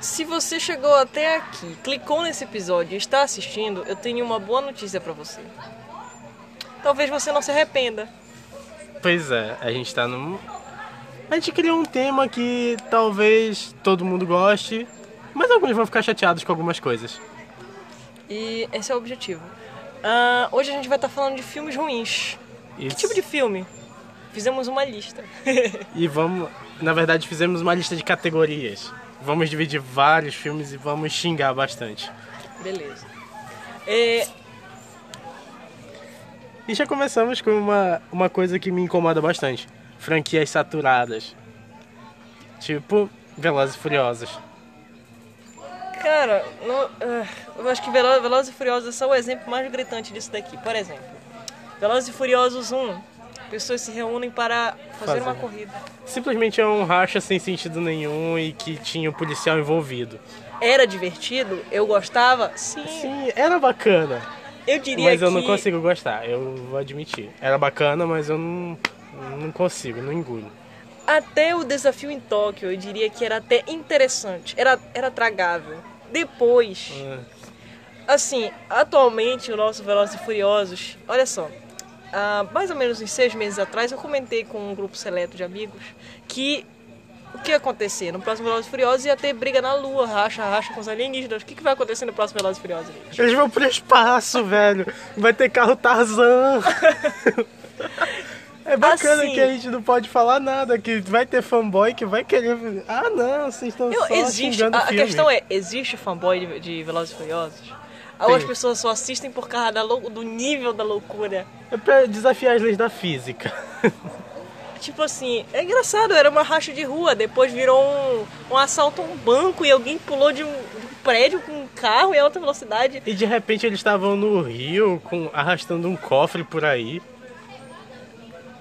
Se você chegou até aqui, clicou nesse episódio e está assistindo, eu tenho uma boa notícia para você. Talvez você não se arrependa. Pois é, a gente tá num. A gente criou um tema que talvez todo mundo goste, mas alguns vão ficar chateados com algumas coisas. E esse é o objetivo. Ah, hoje a gente vai estar falando de filmes ruins. Que Isso. tipo de filme? Fizemos uma lista. E vamos. Na verdade, fizemos uma lista de categorias. Vamos dividir vários filmes e vamos xingar bastante. Beleza. É, E já começamos com uma, uma coisa que me incomoda bastante: franquias saturadas. Tipo, Velozes e Furiosos. cara, não- ah, eu acho que Velo- Velozes e Furiosos é só o exemplo mais gritante disso daqui. Por exemplo, Velozes e Furiosos 1. Pessoas se reúnem para fazer. Fazer. uma corrida. Simplesmente é um racha sem sentido nenhum e que tinha o policial envolvido. Era divertido? Eu gostava? Sim. Sim, era bacana, Eu diria mas eu que não consigo gostar, eu vou admitir. Era bacana, mas eu não, não consigo, não engulo. até o desafio em Tóquio, eu diria que era até interessante. Era, era tragável. Depois, É. assim, atualmente o nosso Velozes e Furiosos, olha só, há mais ou menos uns seis meses atrás eu comentei com um grupo seleto de amigos que o que ia acontecer? No próximo Velozes e Furiosos ia ter briga na lua, racha, racha com os alienígenas. O que, que vai acontecer no próximo Velozes e Furiosos? gente? Eles vão pro espaço, velho. Vai ter carro Tarzan. É bacana Assim. que a gente não pode falar nada, que vai ter fanboy que vai querer. Ah, não, vocês estão Eu, só existe, a, xingando a filme. questão é, existe fanboy de, de Velozes e Furiosos? Algumas Tem. pessoas só assistem por causa da lou- do nível da loucura. É pra desafiar as leis da física. Tipo assim, é engraçado, era uma racha de rua, depois virou um, um assalto a um banco e alguém pulou de um, de um prédio com um carro em alta velocidade. E de repente eles estavam no rio com, arrastando um cofre por aí.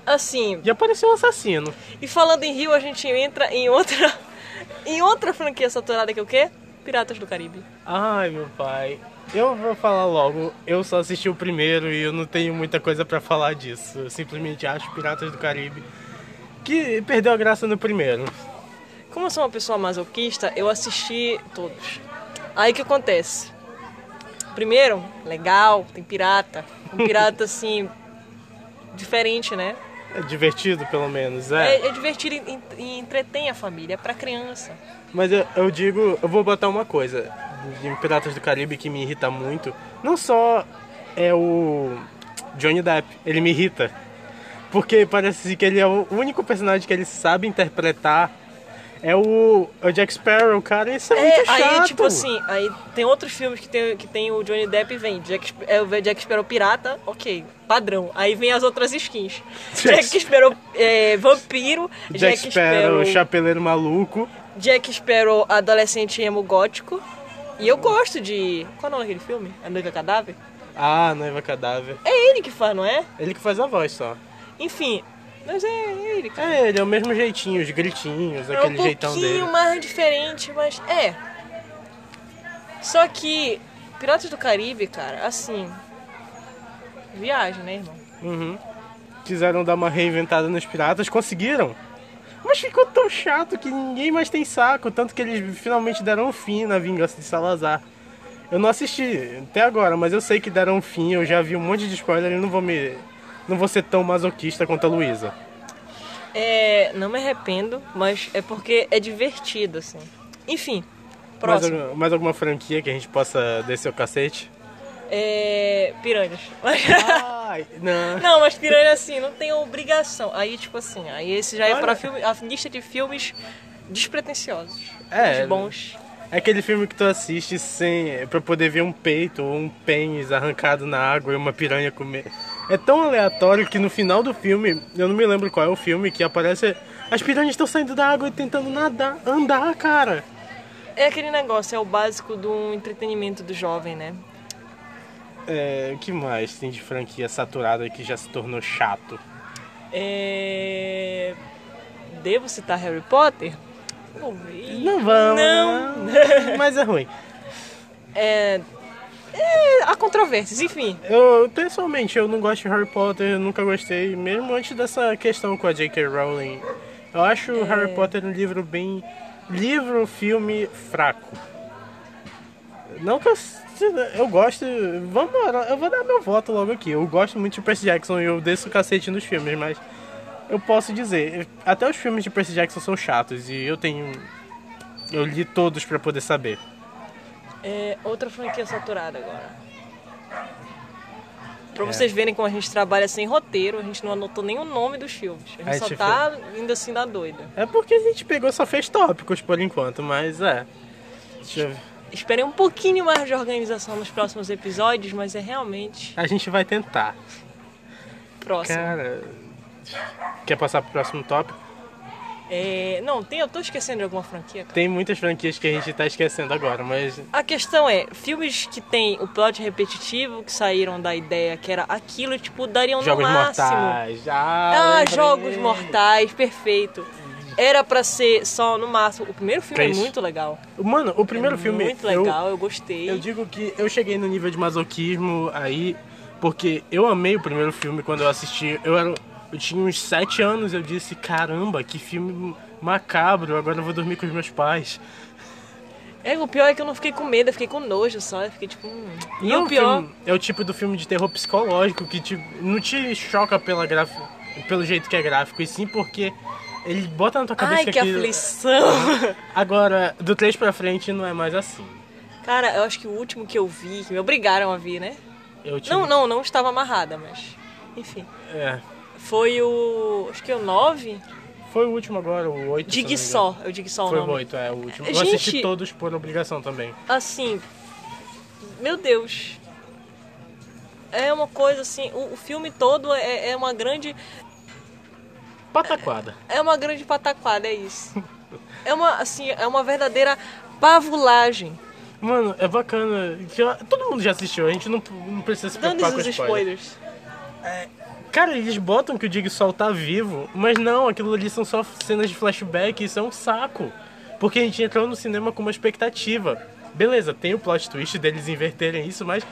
Assim, E apareceu um assassino. e falando em Rio, a gente entra em outra em outra franquia saturada que é o quê? Piratas do Caribe. Ai, meu pai. Eu vou falar logo, eu só assisti o primeiro e eu não tenho muita coisa pra falar disso. Eu simplesmente acho Piratas do Caribe que perdeu a graça no primeiro. Como eu sou uma pessoa masoquista, eu assisti todos. Aí o que acontece? Primeiro, legal, tem pirata. Um pirata assim. diferente, né? É divertido, pelo menos, é. É, é divertido e, e entretém a família, é pra criança. Mas eu, eu digo, eu vou botar uma coisa em Piratas do Caribe que me irrita muito. Não só é o Johnny Depp, ele me irrita. Porque parece que ele é o único personagem que ele sabe interpretar. É o, é o Jack Sparrow, cara, isso é, muito chato. aí, tipo assim, aí tem outros filmes que tem, que tem o Johnny Depp e vem. Jack, Sp- é, o Jack Sparrow pirata, ok, padrão. Aí vem as outras skins. Jack- Jack Sparrow é, vampiro, Jack, Sparrow, chapeleiro maluco. Jack Sparrow adolescente emo gótico. E eu gosto de. Qual é o nome daquele filme? A Noiva Cadáver? Ah, noiva cadáver. É ele que faz, não é? Ele que faz a voz só. Enfim, mas é ele, cara. É ele, é o mesmo jeitinho, os gritinhos, É aquele um jeitão pouquinho dele. mais diferente, mas é. Só que Piratas do Caribe, cara, assim. Viagem, né, irmão? Uhum. Quiseram dar uma reinventada nos piratas, conseguiram. Mas ficou tão chato que ninguém mais tem saco, tanto que eles finalmente deram um fim na vingança de Salazar. Eu não assisti até agora, mas eu sei que deram um fim, eu já vi um monte de spoiler e não vou me. não vou ser tão masoquista quanto a Luísa. É. Não me arrependo, mas é porque é divertido, assim. Enfim, Mais, próximo. alguma- mais alguma franquia que a gente possa descer o cacete? É. Piranhas. Ai, não. Não, mas piranha assim, não tem obrigação. Aí, tipo assim, aí esse já é Olha. pra filme, a lista de filmes despretensiosos. É. Os bons. É aquele filme que tu assiste sem para poder ver um peito ou um pênis arrancado na água e uma piranha comer. É tão aleatório que no final do filme, eu não me lembro qual é o filme que aparece as piranhas estão saindo da água e tentando nadar, andar, cara. É aquele negócio, é o básico do entretenimento do jovem, né? É, o que mais tem de franquia saturada que já se tornou chato? É... Devo citar Harry Potter? Talvez. Não vamos. Não. não, mas é ruim. É... é, Há controvérsias, enfim. Eu, pessoalmente, eu não gosto de Harry Potter, eu nunca gostei, mesmo antes dessa questão com a J.K. Rowling. Eu acho o Harry Potter um livro bem Livro, filme fraco. Não que eu, eu gosto. Vamos lá, eu vou dar meu voto logo aqui. Eu gosto muito de Percy Jackson e eu desço o cacete nos filmes, mas eu posso dizer, até os filmes de Percy Jackson são chatos e eu tenho. Eu li todos pra poder saber. É outra franquia saturada agora. Pra vocês verem como a gente trabalha sem roteiro, a gente não anotou nem o nome dos filmes. A gente, A gente só tá ainda assim na doida. É porque a gente pegou só fez tópicos por enquanto, mas é. Deixa eu ver. Esperem um pouquinho mais de organização nos próximos episódios, mas é realmente A gente vai tentar. próximo. Cara. Quer passar pro próximo tópico? É, não, tem, eu tô esquecendo de alguma franquia, cara. Tem muitas franquias que a gente tá esquecendo agora, mas. A questão é, filmes que tem o plot repetitivo, que saíram da ideia que era aquilo, tipo, dariam jogos no máximo. mortais. Ah, Ah, lembrei. Jogos Mortais, perfeito. Era pra ser só no máximo. O primeiro filme Três. é muito legal. Mano, o primeiro é filme. Muito eu- legal, eu, gostei. Eu digo que eu cheguei no nível de masoquismo aí, porque eu amei o primeiro filme quando eu assisti. Eu era. Eu tinha uns sete anos, eu disse, caramba, que filme macabro, agora eu vou dormir com os meus pais. É, o pior é que eu não fiquei com medo, eu fiquei com nojo só. Eu fiquei tipo. hum. E Não é um o pior. filme- é o tipo do filme de terror psicológico que te- não te choca pela graf, pelo jeito que é gráfico, e sim porque ele bota na tua cabeça Ai, que aquilo- aflição! Agora, do 3 pra frente não é mais assim. Cara, eu acho que o último que eu vi, que me obrigaram a vir, né? Eu tive- Não, não, não estava amarrada, mas. Enfim. É, Foi o. Acho que é o 9? foi o último agora, o 8. Dig Só. É o Dig Só o Foi nome. o 8, é o último. Eu Gente- assisti todos por obrigação também. assim, meu Deus. É uma coisa assim, o, o filme todo é, é uma grande Pataquada. é uma grande pataquada, é isso. É uma assim, é uma verdadeira pavulagem. Mano, é bacana. que eu- Todo mundo já assistiu, a gente não, não precisa se Dando preocupar os com spoiler. spoilers. Cara, eles botam que o Jigsaw tá vivo, mas não, aquilo ali são só cenas de flashback, isso é um saco. Porque a gente entrou no cinema com uma expectativa. Beleza, tem o plot twist deles inverterem isso, mas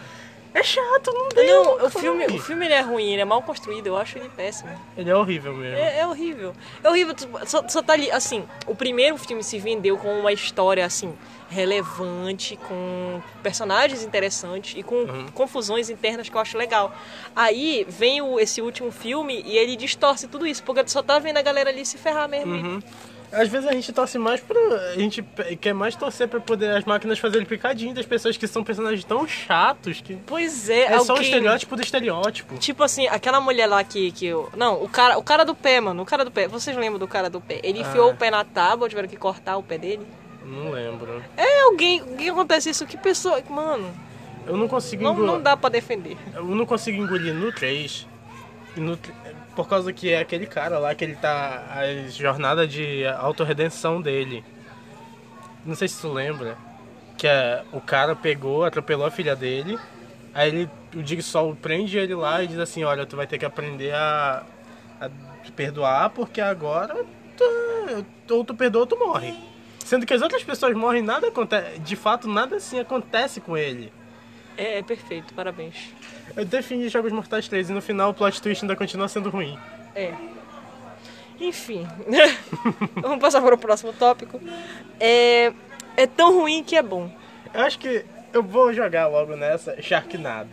é chato, não deu. Não, o foi. filme, o filme ele é ruim, ele é mal construído, eu acho ele péssimo. Ele é horrível mesmo. É, é horrível. É horrível. tu- Só, só tá ali. Assim, o primeiro filme se vendeu com uma história, assim, relevante, com personagens interessantes e com Uhum. confusões internas que eu acho legal. Aí vem o- esse último filme e ele distorce tudo isso, porque tu só tá vendo a galera ali se ferrar mesmo. Uhum. Às vezes a gente torce mais pra. A gente pe- quer mais torcer pra poder as máquinas fazerem picadinho das pessoas que são personagens tão chatos que. Pois é, É só o alguém- estereótipo do estereótipo. Tipo assim, aquela mulher lá que, que eu... Não, o cara, o cara do pé, mano. O cara do pé. Vocês lembram do cara do pé? Ele enfiou Ah. o pé na tábua, tiveram que cortar o pé dele. Não lembro. É alguém... O que acontece isso? Que pessoa... Mano... Eu não consigo Não, engolir. não dá pra defender. Eu não consigo engolir no 3. No, tr- por causa que é aquele cara lá que ele tá. A jornada de autorredenção dele. Não sei se tu lembra. Que é, o cara pegou, atropelou a filha dele. Aí ele, o Jigsaw prende ele lá e diz assim: Olha, tu vai ter que aprender a, a te perdoar, porque agora tu, ou tu perdoa ou tu morre. Sendo que as outras pessoas morrem, nada acontece. De fato, nada assim acontece com ele. É, é perfeito, parabéns. Eu defini Jogos Mortais 3 e no final o plot twist ainda continua sendo ruim. É. Enfim. Vamos passar para o próximo tópico. É, é tão ruim que é bom. Eu acho que eu vou jogar logo nessa Sharknado.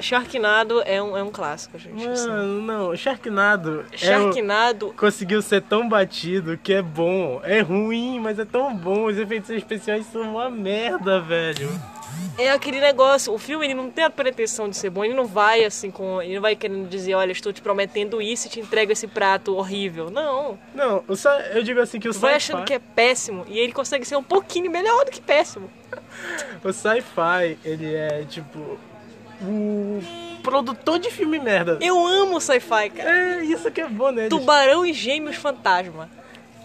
Sharknado é um, é um clássico, gente. assim. Mano, não, Sharknado, é Sharknado o- conseguiu ser tão batido que é bom. É ruim, mas é tão bom. Os efeitos especiais são uma merda, velho. é aquele negócio, o filme ele não tem a pretensão de ser bom, ele não vai assim com, ele não vai querendo dizer, olha, estou te prometendo isso e te entrego esse prato horrível. Não, Não, o sci- eu digo assim que o tu vai sci-fi, achando que é péssimo e ele consegue ser um pouquinho melhor do que péssimo. o sci-fi, ele é tipo o produtor de filme merda. Eu amo sci-fi, cara. É isso que é bom nele. Tubarão e Gêmeos Fantasma.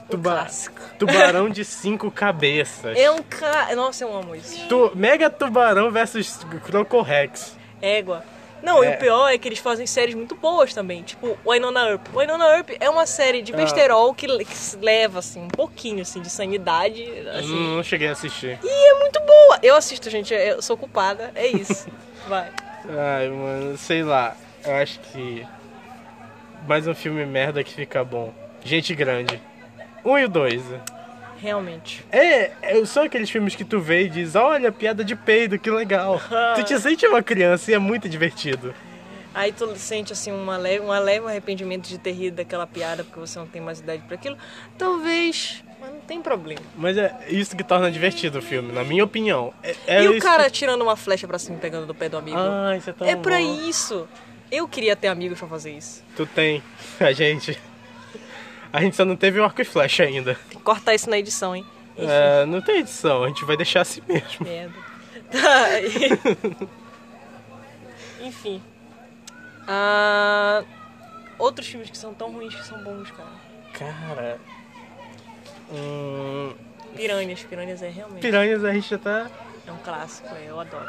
Um Tuba- clássico. Tubarão de cinco cabeças. É um ca... Nossa, eu amo isso. Tu- Mega Tubarão versus Crocorex. Égua. Não, e É. o pior é que eles fazem séries muito boas também, tipo Winona Earp. Winona Earp é uma série Ah. de besterol que, le- que se leva, assim, um pouquinho, assim, de sanidade, Eu assim. Não, não cheguei a assistir. E é muito boa! Eu assisto, gente, eu sou culpada, é isso. Vai. Ai, mano, sei lá. Eu acho que. Mais um filme merda que fica bom. Gente grande. Um e o dois. Realmente. É, é, são aqueles filmes que tu vê e diz, olha, piada de peido, que legal. tu te sente uma criança e é muito divertido. Aí tu sente assim uma leve, uma leve arrependimento de ter rido daquela piada porque você não tem mais idade para aquilo. Talvez, mas não tem problema. Mas é isso que torna divertido o filme, na minha opinião. É, é e o isso cara que- tirando uma flecha pra cima pegando do pé do amigo. Ah, isso é tão é pra bom. isso. Eu queria ter amigos pra fazer isso. Tu tem. A gente. A gente só não teve o arco e flecha ainda. Tem que cortar isso na edição, hein? É, não tem edição, a gente vai deixar assim mesmo. Merda. Tá, e- Enfim. Ah, outros filmes que são tão ruins que são bons, cara. Cara. Hum, Piranhas, Piranhas é realmente piranhas a gente já tá. é um clássico, é, eu adoro.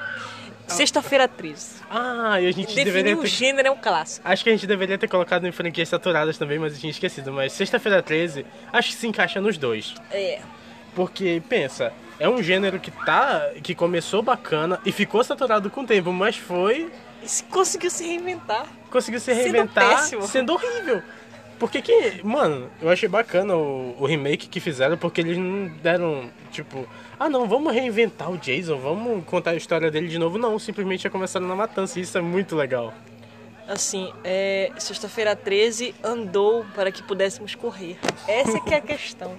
Sexta-feira 13. Ah, e a gente Definir deveria o ter. gênero é um clássico. Acho que a gente deveria ter colocado em franquias saturadas também, mas eu tinha esquecido. Mas sexta-feira 13, acho que se encaixa nos dois. É. Porque, pensa, é um gênero que tá. que começou bacana e ficou saturado com o tempo, mas foi. E se conseguiu se reinventar. conseguiu se Sendo reinventar péssimo. sendo horrível. Porque que. Mano, eu achei bacana o, o remake que fizeram, porque eles não deram, tipo, ah não, vamos reinventar o Jason, vamos contar a história dele de novo. Não, simplesmente já começaram na matança, e isso é muito legal. Assim, é, sexta-feira 13 andou para que pudéssemos correr. Essa que é a questão.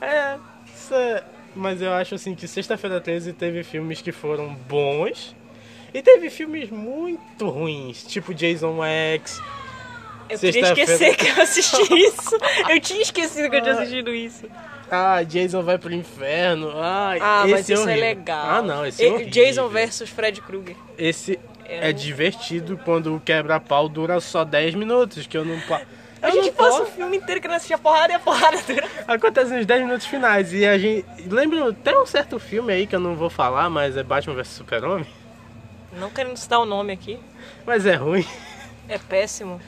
É, isso é- mas eu acho assim que Sexta-feira 13 teve filmes que foram bons e teve filmes muito ruins, tipo Jason X. Eu queria Sexta-feira. esquecer que eu assisti isso. Eu tinha esquecido que eu tinha assistido isso. Ah, Jason vai pro inferno. Ah, Ah, esse mas isso é horrível. legal. Ah, não, esse E- é horrível. Jason versus Fred Krueger. Esse É é um- divertido quando o quebra-pau dura só 10 minutos, que eu não. pa- A Eu gente não passa o posso. filme inteiro querendo assistir a porrada e a porrada dura. Acontece nos 10 minutos finais. E a gente. Lembra até um certo filme aí que eu não vou falar, mas é Batman vs Super-Homem. Não querendo citar o nome aqui. Mas é ruim. É péssimo.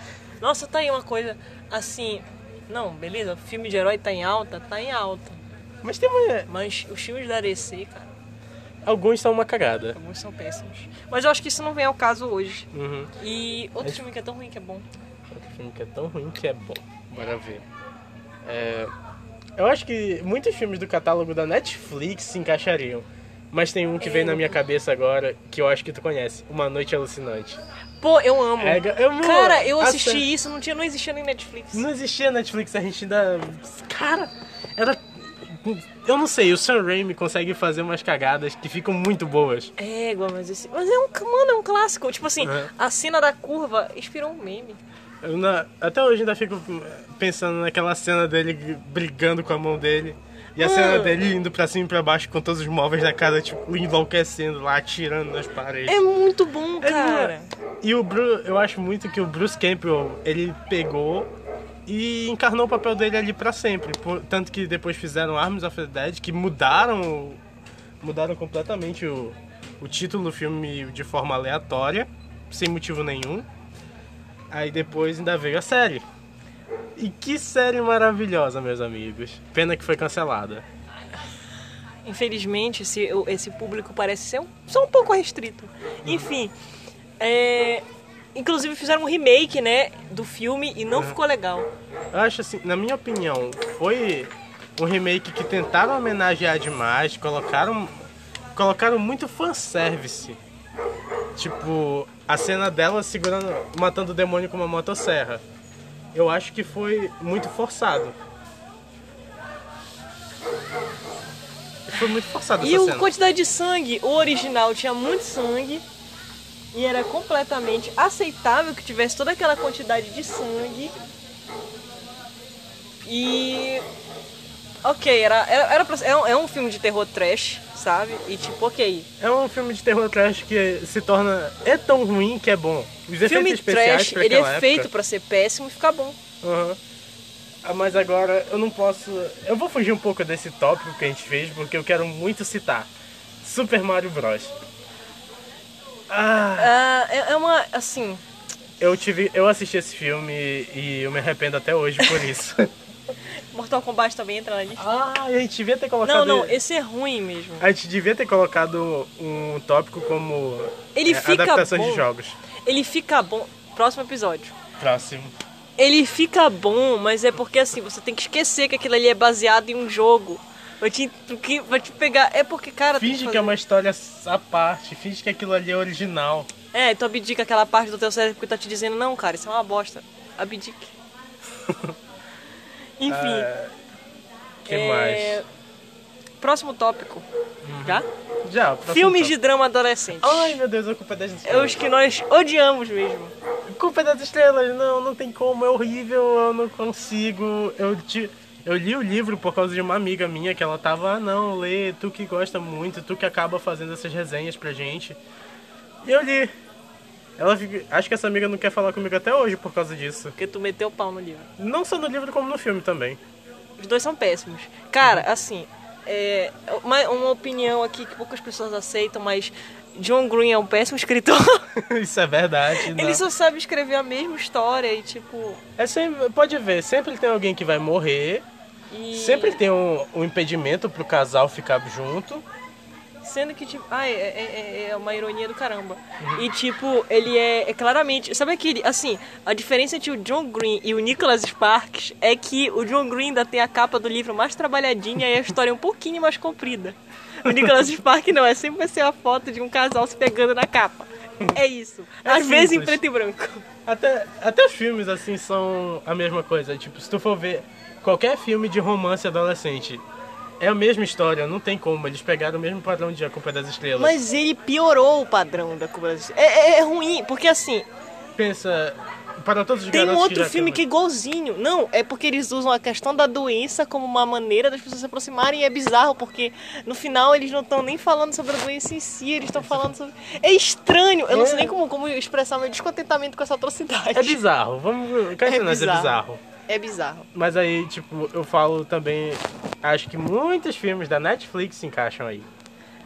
Nossa, tá aí uma coisa assim. Não, beleza, filme de herói tá em alta, tá em alta. Mas tem uma- Mas os filmes da DC, cara, Alguns são uma cagada. alguns são péssimos. Mas eu acho que isso não vem ao caso hoje. Uhum. E outro filme que é tão ruim que é bom. Outro filme que é tão ruim que é bom. Bora ver. É, Eu acho que muitos filmes do catálogo da Netflix se encaixariam. Mas tem um que veio na minha cabeça agora, que eu acho que tu conhece. Uma Noite Alucinante. Pô, eu amo. É, eu amo. Cara, eu Nossa. assisti isso, não, tinha, não existia nem Netflix. Não existia Netflix, a gente ainda. Cara, era. Eu não sei, o Sam Raimi consegue fazer umas cagadas que ficam muito boas. É, igual, mas esse. Mas é um. Mano, é um clássico. Tipo assim, Uhum. a cena da curva inspirou um meme. Eu na- até hoje ainda fico pensando naquela cena dele brigando com a mão dele. E a cena Mano. dele indo pra cima e pra baixo com todos os móveis da casa, tipo, enlouquecendo lá, atirando nas paredes. É muito bom, É, cara. não é? E o Bruce, eu acho muito que o Bruce Campbell, ele pegou e encarnou o papel dele ali pra sempre. Por- tanto que depois fizeram Arms of the Dead, que mudaram o- mudaram completamente o, o título do filme de forma aleatória, sem motivo nenhum. Aí depois ainda veio a série. E que série maravilhosa, meus amigos. Pena que foi cancelada. Infelizmente, esse, esse público parece ser um, só um pouco restrito. Enfim, é, inclusive fizeram um remake, né, do filme e não ficou legal. Eu acho assim, na minha opinião, foi um remake que tentaram homenagear demais, colocaram, colocaram muito fanservice. Tipo, a cena dela segurando, matando o demônio com uma motosserra. Eu acho que foi muito forçado. Foi muito forçado E essa a cena. quantidade de sangue, o original tinha muito sangue e era completamente aceitável que tivesse toda aquela quantidade de sangue. E. Ok, era, era, era pra- é, um, é um filme de terror trash, sabe? E tipo, ok. É um filme de terror trash que se torna... É tão ruim que é bom. Os efeitos Filme especiais trash, pra ele é aquela época- feito pra ser péssimo e ficar bom. Aham. Ah, Mas agora eu não posso. Eu vou fugir um pouco desse tópico que a gente fez, porque eu quero muito citar Super Mario Bros. Ah, Ah, é, é uma. Assim. eu tive, eu assisti esse filme e eu me arrependo até hoje por isso. Mortal Kombat também entra na lista. ah, a gente devia ter Não, colocado. não, esse é ruim mesmo. A gente devia ter colocado um tópico como Ele é, fica adaptações bom. de jogos. Ele fica bom. Próximo episódio. Próximo. ele fica bom, mas é porque assim, você tem que esquecer que aquilo ali é baseado em um jogo. Vai te, que- vai te pegar. É porque, cara. tem Finge que fazer- é uma história à parte, finge que aquilo ali é original. É, então abdica aquela parte do teu cérebro que tá te dizendo, não, cara, isso é uma bosta. Abdique. Enfim. É, que é, Próximo tópico. Já? mais? Já, próximo Filmes de tópico. drama adolescente. Ai meu Deus, a culpa é das É estrelas. os que nós odiamos mesmo. Culpa é das estrelas, não, não tem como, é horrível, eu não consigo. Eu, te... eu li o livro por causa de uma amiga minha que ela tava, ah não, lê, tu que gosta muito, tu que acaba fazendo essas resenhas pra gente. E eu li. Ela fica- Acho que essa amiga não quer falar comigo até hoje por causa disso. Porque tu meteu o pau no livro. Não só no livro como no filme também. Os dois são péssimos. Cara, assim, é uma, uma opinião aqui que poucas pessoas aceitam, mas John Green é um péssimo escritor. Isso é verdade. Não. Ele só sabe escrever a mesma história e tipo. É sempre, pode ver, sempre tem alguém que vai morrer, e- sempre tem um, um impedimento pro casal ficar junto. Sendo que, tipo. Ai, é, é- é uma ironia do caramba. Uhum. E, tipo, ele é, é claramente. Sabe aquele. Assim, a diferença entre o John Green e o Nicholas Sparks é que o John Green ainda tem a capa do livro mais trabalhadinha e a história é um pouquinho mais comprida. O Nicholas Sparks não, é sempre vai ser a foto de um casal se pegando na capa. É isso. É Às vezes em simples. preto e branco. Até, até filmes assim são a mesma coisa. Tipo, se tu for ver qualquer filme de romance adolescente, é a mesma história, não tem como. Eles pegaram o mesmo padrão de A Culpa é das Estrelas. Mas ele piorou o padrão da Cuba. É, é, é ruim, porque assim, Pensa, para todos os Tem um garotos outro já filme que é têm- igualzinho. Não, é porque eles usam a questão da doença como uma maneira das pessoas se aproximarem. E é bizarro, porque no final eles não estão nem falando sobre a doença em si, eles estão falando sobre. É estranho. Eu não sei nem como, como expressar meu descontentamento com essa atrocidade. É bizarro, vamos... Cá É entre nós, é bizarro. bizarro. É bizarro. Mas aí, tipo, eu falo também... Acho que muitos filmes da Netflix se encaixam aí.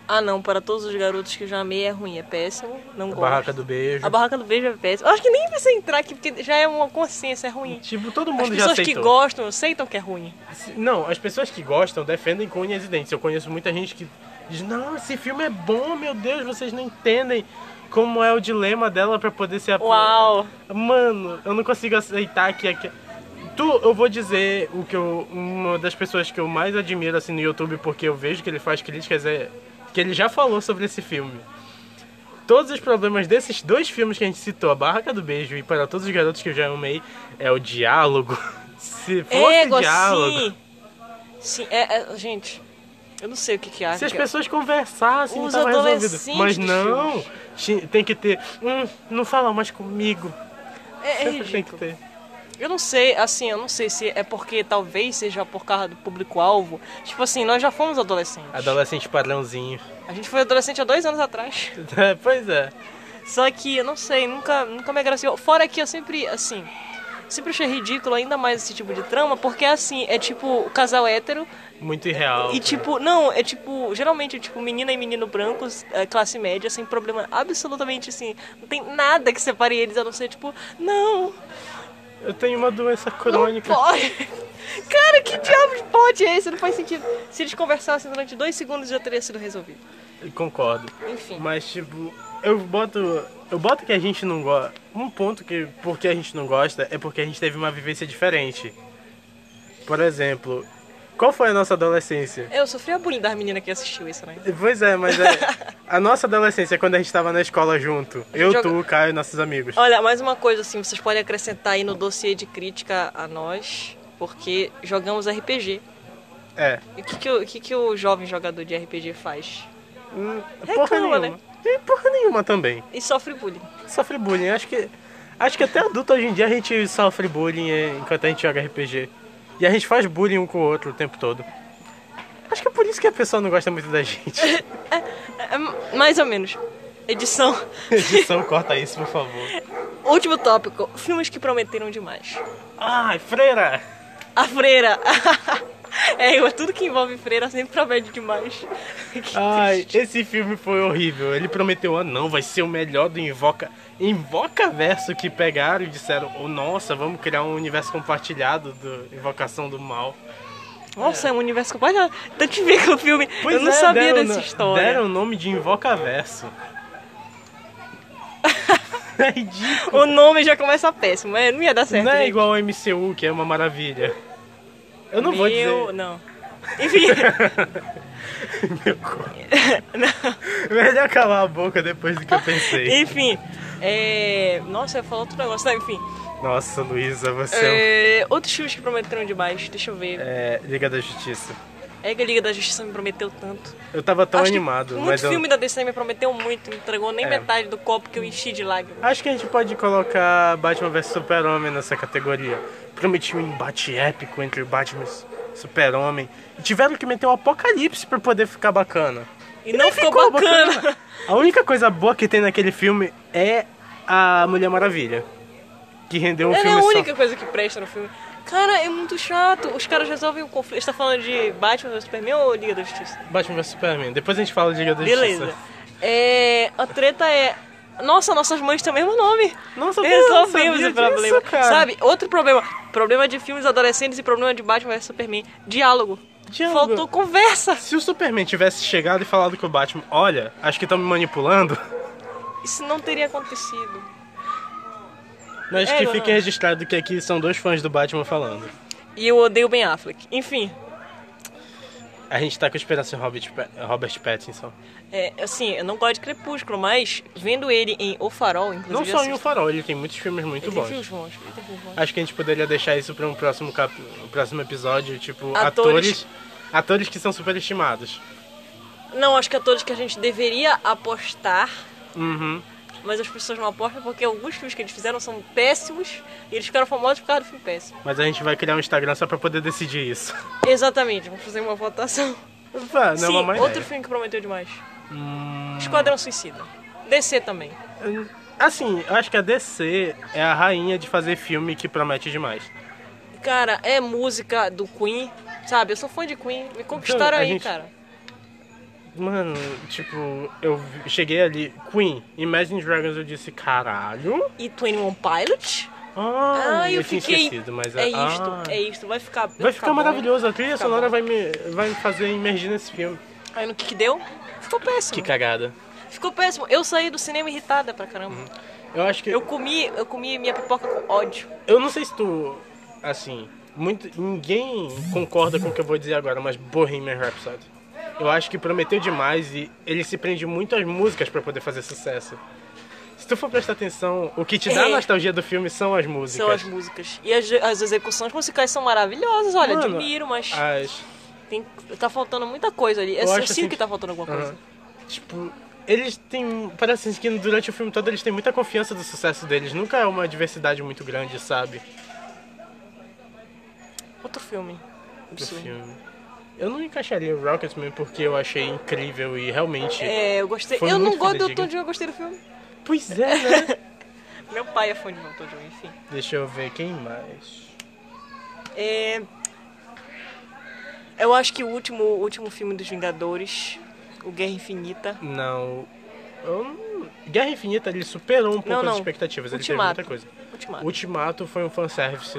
Ah, não, para todos os garotos que eu já amei é ruim, é péssimo. Não A gosto. Barraca do Beijo. A barraca do beijo é péssimo. Eu acho que nem precisa entrar aqui, porque já é uma consciência, é ruim. Tipo, todo As mundo já pessoas que aceitou. gostam aceitam que é ruim. Não, as pessoas que gostam defendem com unhas e dentes. Eu conheço muita gente que diz: Não, esse filme é bom, meu Deus, vocês não entendem como é o dilema dela pra poder ser a. Uau! Mano, eu não consigo aceitar que. que- Tu, eu vou dizer o que eu. Uma das pessoas que eu mais admiro assim no YouTube, porque eu vejo que ele faz críticas, é. Que ele já falou sobre esse filme. Todos os problemas desses dois filmes que a gente citou, A Barraca do Beijo e Para Todos os Garotos que eu já amei, é o diálogo. Se fosse Ego, diálogo. sim. Sim, é, é- gente, eu não sei o que que é acha. Se as pessoas conversassem, Os tava resolvido. adolescentes Mas dos não, ti- tem que ter. Hum, não fala mais comigo. É, é Sempre tem que ridículo. ter. Eu não sei, assim, eu não sei se é porque talvez seja por causa do público-alvo. Tipo assim, nós já fomos adolescentes. Adolescente padrãozinho. A gente foi adolescente há dois anos atrás. É, pois é. Só que, eu não sei, nunca, nunca me agraciou. Fora que eu sempre, assim, sempre achei ridículo ainda mais esse tipo de trama, porque assim, é tipo o casal hétero Muito irreal. E tipo, não, é tipo, geralmente, tipo, menina e menino brancos, é, classe média, sem problema absolutamente assim. Não tem nada que separe eles, a não ser, tipo, não, Eu tenho uma doença não crônica. pode. Cara, que diabo de pode é esse? Não faz sentido. Se eles conversassem durante dois segundos, já teria sido resolvido. Concordo. Enfim. Mas tipo, eu boto. Eu boto que a gente não gosta. Um ponto que porque a gente não gosta é porque a gente teve uma vivência diferente. Por exemplo, qual foi a nossa adolescência? Eu sofri a bullying da menina que assistiu isso, né? Pois é, mas é, a nossa adolescência é quando a gente tava na escola junto. Eu, joga- tu, o Caio e nossos amigos. Olha, mais uma coisa assim, vocês podem acrescentar aí no dossiê de crítica a nós, porque jogamos RPG. É. E o que, que, o, o que, que o jovem jogador de RPG faz? Hum, Porra Reclama, nenhuma. né? E porra nenhuma também. E sofre bullying. Sofre bullying. Acho que, acho que até adulto hoje em dia a gente sofre bullying é, enquanto a gente joga RPG. E a gente faz bullying um com o outro o tempo todo. Acho que é por isso que a pessoa não gosta muito da gente. É, mais ou menos. Edição. Edição, corta isso, por favor. Último tópico. Filmes que prometeram demais. Ai, freira! A Freira. é, eu- tudo que envolve Freira sempre promete demais. Que Ai, triste. esse filme foi horrível. Ele prometeu, ah não, vai ser o melhor do Invoca. Invoca verso que pegaram e disseram, oh, nossa, vamos criar um universo compartilhado do Invocação do Mal. Nossa, é um universo completamente... Tanto que ver com o filme. eu não é, sabia deram dessa no- história. Deram o nome de Invoca Verso. é ridículo. O nome já começa péssimo, é, não ia dar certo. Não é gente. igual ao MCU, que é uma maravilha. Eu não Meu, vou dizer. é não. Enfim, Meu cu. não. Melhor calar a boca depois do que eu pensei. enfim. É... Nossa, eu ia falar outro negócio, não, enfim. Nossa, Luísa, você um, É... Outros filmes que prometeram demais, deixa eu ver. é... Liga da Justiça. É que a Liga da Justiça me prometeu tanto. Eu tava tão Acho que animado, muito mas eu... filme da DC me prometeu muito, não entregou nem É. metade do copo que eu enchi de lágrimas. Acho que a gente pode colocar Batman vs Super-Homem nessa categoria. Prometi um embate épico entre o Batman e Super-Homem. E tiveram que meter um apocalipse pra poder ficar bacana. E não nem ficou, bacana. A única coisa boa que tem naquele filme é a Mulher Maravilha. Que rendeu um Ela é filme a só. única coisa que presta no filme. Cara, é muito chato. Os caras resolvem o conflito. Você tá falando de Batman vs Superman ou Liga da Justiça? Batman vs Superman. Depois a gente fala de Liga da Beleza. Justiça. É, a treta é. Nossa, nossas mães têm o mesmo nome. Nossa, eu não Resolvemos sabia o problema. disso, cara. Sabe? Outro problema. Problema de filmes adolescentes e problema de Batman vs Superman. Diálogo. Diálogo. Faltou conversa. Se o Superman tivesse chegado e falado com o Batman, olha, acho que estão me manipulando, Isso não teria acontecido. mas É, que não, fique não. registrado que aqui são dois fãs do Batman falando. E eu odeio Ben Affleck. Enfim, A gente tá com esperança em Robert, Pa- Robert Pattinson. é, assim, eu não gosto de Crepúsculo, mas vendo ele em O Farol, inclusive. Não só em O assisto- Farol, ele tem muitos filmes muito Ele tem bons. filmes bons, ele tem filmes bons. Acho que a gente poderia deixar isso pra um próximo, cap... um próximo episódio, tipo, Atores. atores... Atores que são superestimados. Não, acho que é todos que a gente deveria apostar, Uhum. mas as pessoas não apostam porque alguns filmes que eles fizeram são péssimos e eles ficaram famosos por causa do filme péssimo. Mas a gente vai criar um Instagram só pra poder decidir isso. Exatamente, vamos fazer uma votação. Opa, não é Sim, uma má outro ideia. filme que prometeu demais. Hum, Esquadrão Suicida. DC também. Assim, eu acho que a DC é a rainha de fazer filme que promete demais. Cara, é música do Queen, sabe? Eu sou fã de Queen, me conquistaram Então, a aí, gente- cara. Mano, tipo, eu vi- cheguei ali, Queen, Imagine Dragons, eu disse, caralho. E 21 Pilots? Ah, Ah, eu, eu, tinha fiquei. esquecido, mas é ah, isto, é isto. Vai ficar. Vai ficar bom. maravilhoso, a trilha Fica sonora bom. vai me, vai me fazer imergir nesse filme. Aí no que que deu? Ficou péssimo. Que cagada. Ficou péssimo. Eu saí do cinema irritada pra caramba. Eu acho que. Eu Eu, comi, eu comi minha pipoca com ódio. eu não sei se tu. Assim, muito, ninguém concorda com o que eu vou dizer agora, mas Bohemian Rhapsody. Eu acho que prometeu demais e ele se prende muito às músicas pra poder fazer sucesso. Se tu for prestar atenção, o que te dá É. a nostalgia do filme são as músicas. São as músicas. E as, as execuções musicais são maravilhosas, olha, Mano, admiro, mas as- tem, tá faltando muita coisa ali. Eu, Eu eu acho sinto assim que que- tá faltando alguma coisa. Aham. Tipo, eles têm. Parece assim, que durante o filme todo eles têm muita confiança do sucesso deles. Nunca é uma diversidade muito grande, sabe? Outro filme. Do Absurdo. filme. Eu não encaixaria o Rocketman porque eu achei incrível e realmente. É, eu gostei. Foi eu não muito gosto do fidedigno. Elton John, eu gostei do filme. Pois é, né? Meu pai é fã de Elton John, enfim. Deixa eu ver quem mais. É, Eu acho que o último, o último filme dos Vingadores, o Guerra Infinita. Não. eu não- Guerra Infinita ele superou um pouco Não, não. as expectativas, ele Ultimato. teve muita coisa. Ultimato. Ultimato foi um fanservice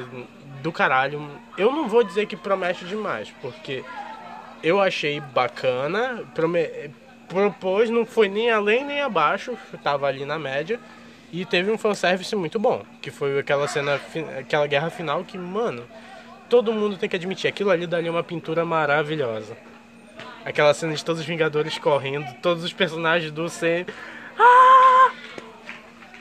do caralho. Eu não vou dizer que promete demais, porque eu achei bacana, prome- propôs, não foi nem além nem abaixo, tava ali na média. E teve um fanservice muito bom, que foi aquela cena, fi- aquela guerra final que, mano, todo mundo tem que admitir, aquilo ali dali é uma pintura maravilhosa. Aquela cena de todos os Vingadores correndo, todos os personagens do C.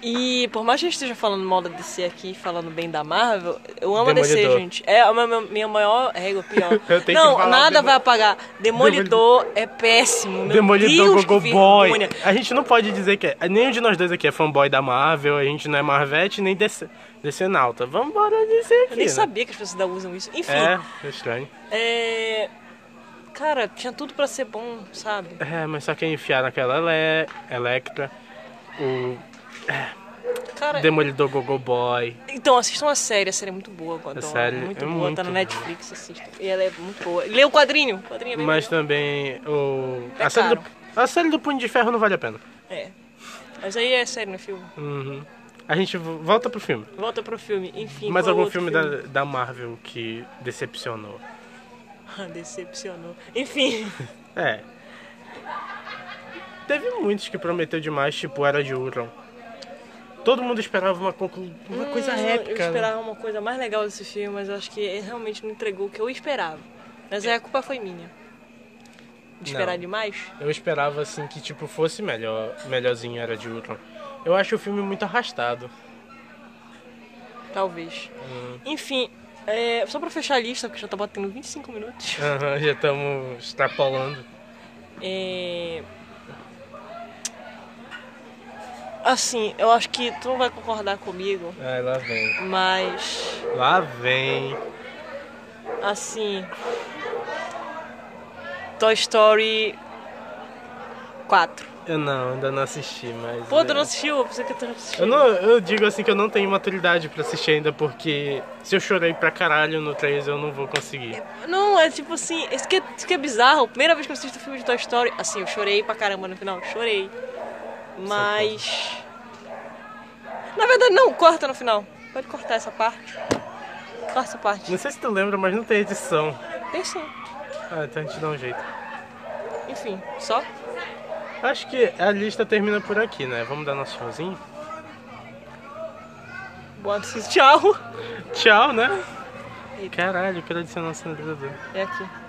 E por mais que eu esteja falando mal da DC aqui, falando bem da Marvel, eu amo a DC, Demolidor. gente. É a minha, minha maior régua, pior. Eu tenho que Não, falar nada Demo- vai apagar. Demolidor é péssimo. Meu Demolidor Deus, que Gogo Boy. vergonha. A gente não pode dizer que é. Nenhum de nós dois aqui é fanboy da Marvel, a gente não é Marvete nem DC, DC Nauta. Vamos embora dizer aqui. Eu nem né? sabia que as pessoas ainda usam isso. Enfim, É, é estranho. é... Cara, tinha tudo pra ser bom, sabe? É, mas só que enfiaram aquela ele... Electra, o Cara, Demolidor Gogo Boy. Então, assistam a série, a série é muito boa, Godon. série muito é boa, tá muito na boa. Netflix, assistam. E ela é muito boa. Lê o quadrinho, o quadrinho é bem Mas legal. também o. É a, série do... caro. a série do Punho de Ferro não vale a pena. É. Mas aí é série no filme. Uhum. A gente vo- volta pro filme. Volta pro filme, enfim. Mais qual algum outro filme, Da, da Marvel que decepcionou? Ah, Decepcionou. Enfim, É. Teve muitos que prometeu demais, tipo Era de Ultron. Todo mundo esperava uma, conclu... uma coisa Hum, épica. Eu né? esperava uma coisa mais legal desse filme, mas eu acho que ele realmente não entregou o que eu esperava. Mas aí a culpa foi minha. De esperar Não. demais? Eu esperava assim que tipo fosse melhor, melhorzinho era de Ultron. Eu acho o filme muito arrastado. Talvez. Hum. Enfim, é, só pra fechar a lista, porque já tá batendo 25 minutos. Aham, já estamos extrapolando. É... Assim, eu acho que tu não vai concordar comigo, Ai, lá vem. mas Lá vem. assim. Toy Story 4. Eu não, ainda não assisti, mas. Pô, tu eu- não assistiu? Eu pensei que tu não assistiu. Eu, não, eu digo assim que eu não tenho maturidade pra assistir ainda, porque se eu chorei pra caralho no 3, eu não vou conseguir. Não, é tipo assim, isso que, é- isso que é bizarro. Primeira vez que eu assisto filme de Toy Story, assim, eu chorei pra caramba no final, chorei. Mas. Na verdade, não, corta no final. Pode cortar essa parte. Corta essa parte. Não sei se tu lembra, mas não tem edição. Tem sim. Ah, então a gente dá um jeito. Enfim, só. Acho que a lista termina por aqui, né? Vamos dar nosso tchauzinho? Boa noite, tchau. Tchau, né? Eita. Caralho, eu quero adicionar um sinalizador. É aqui.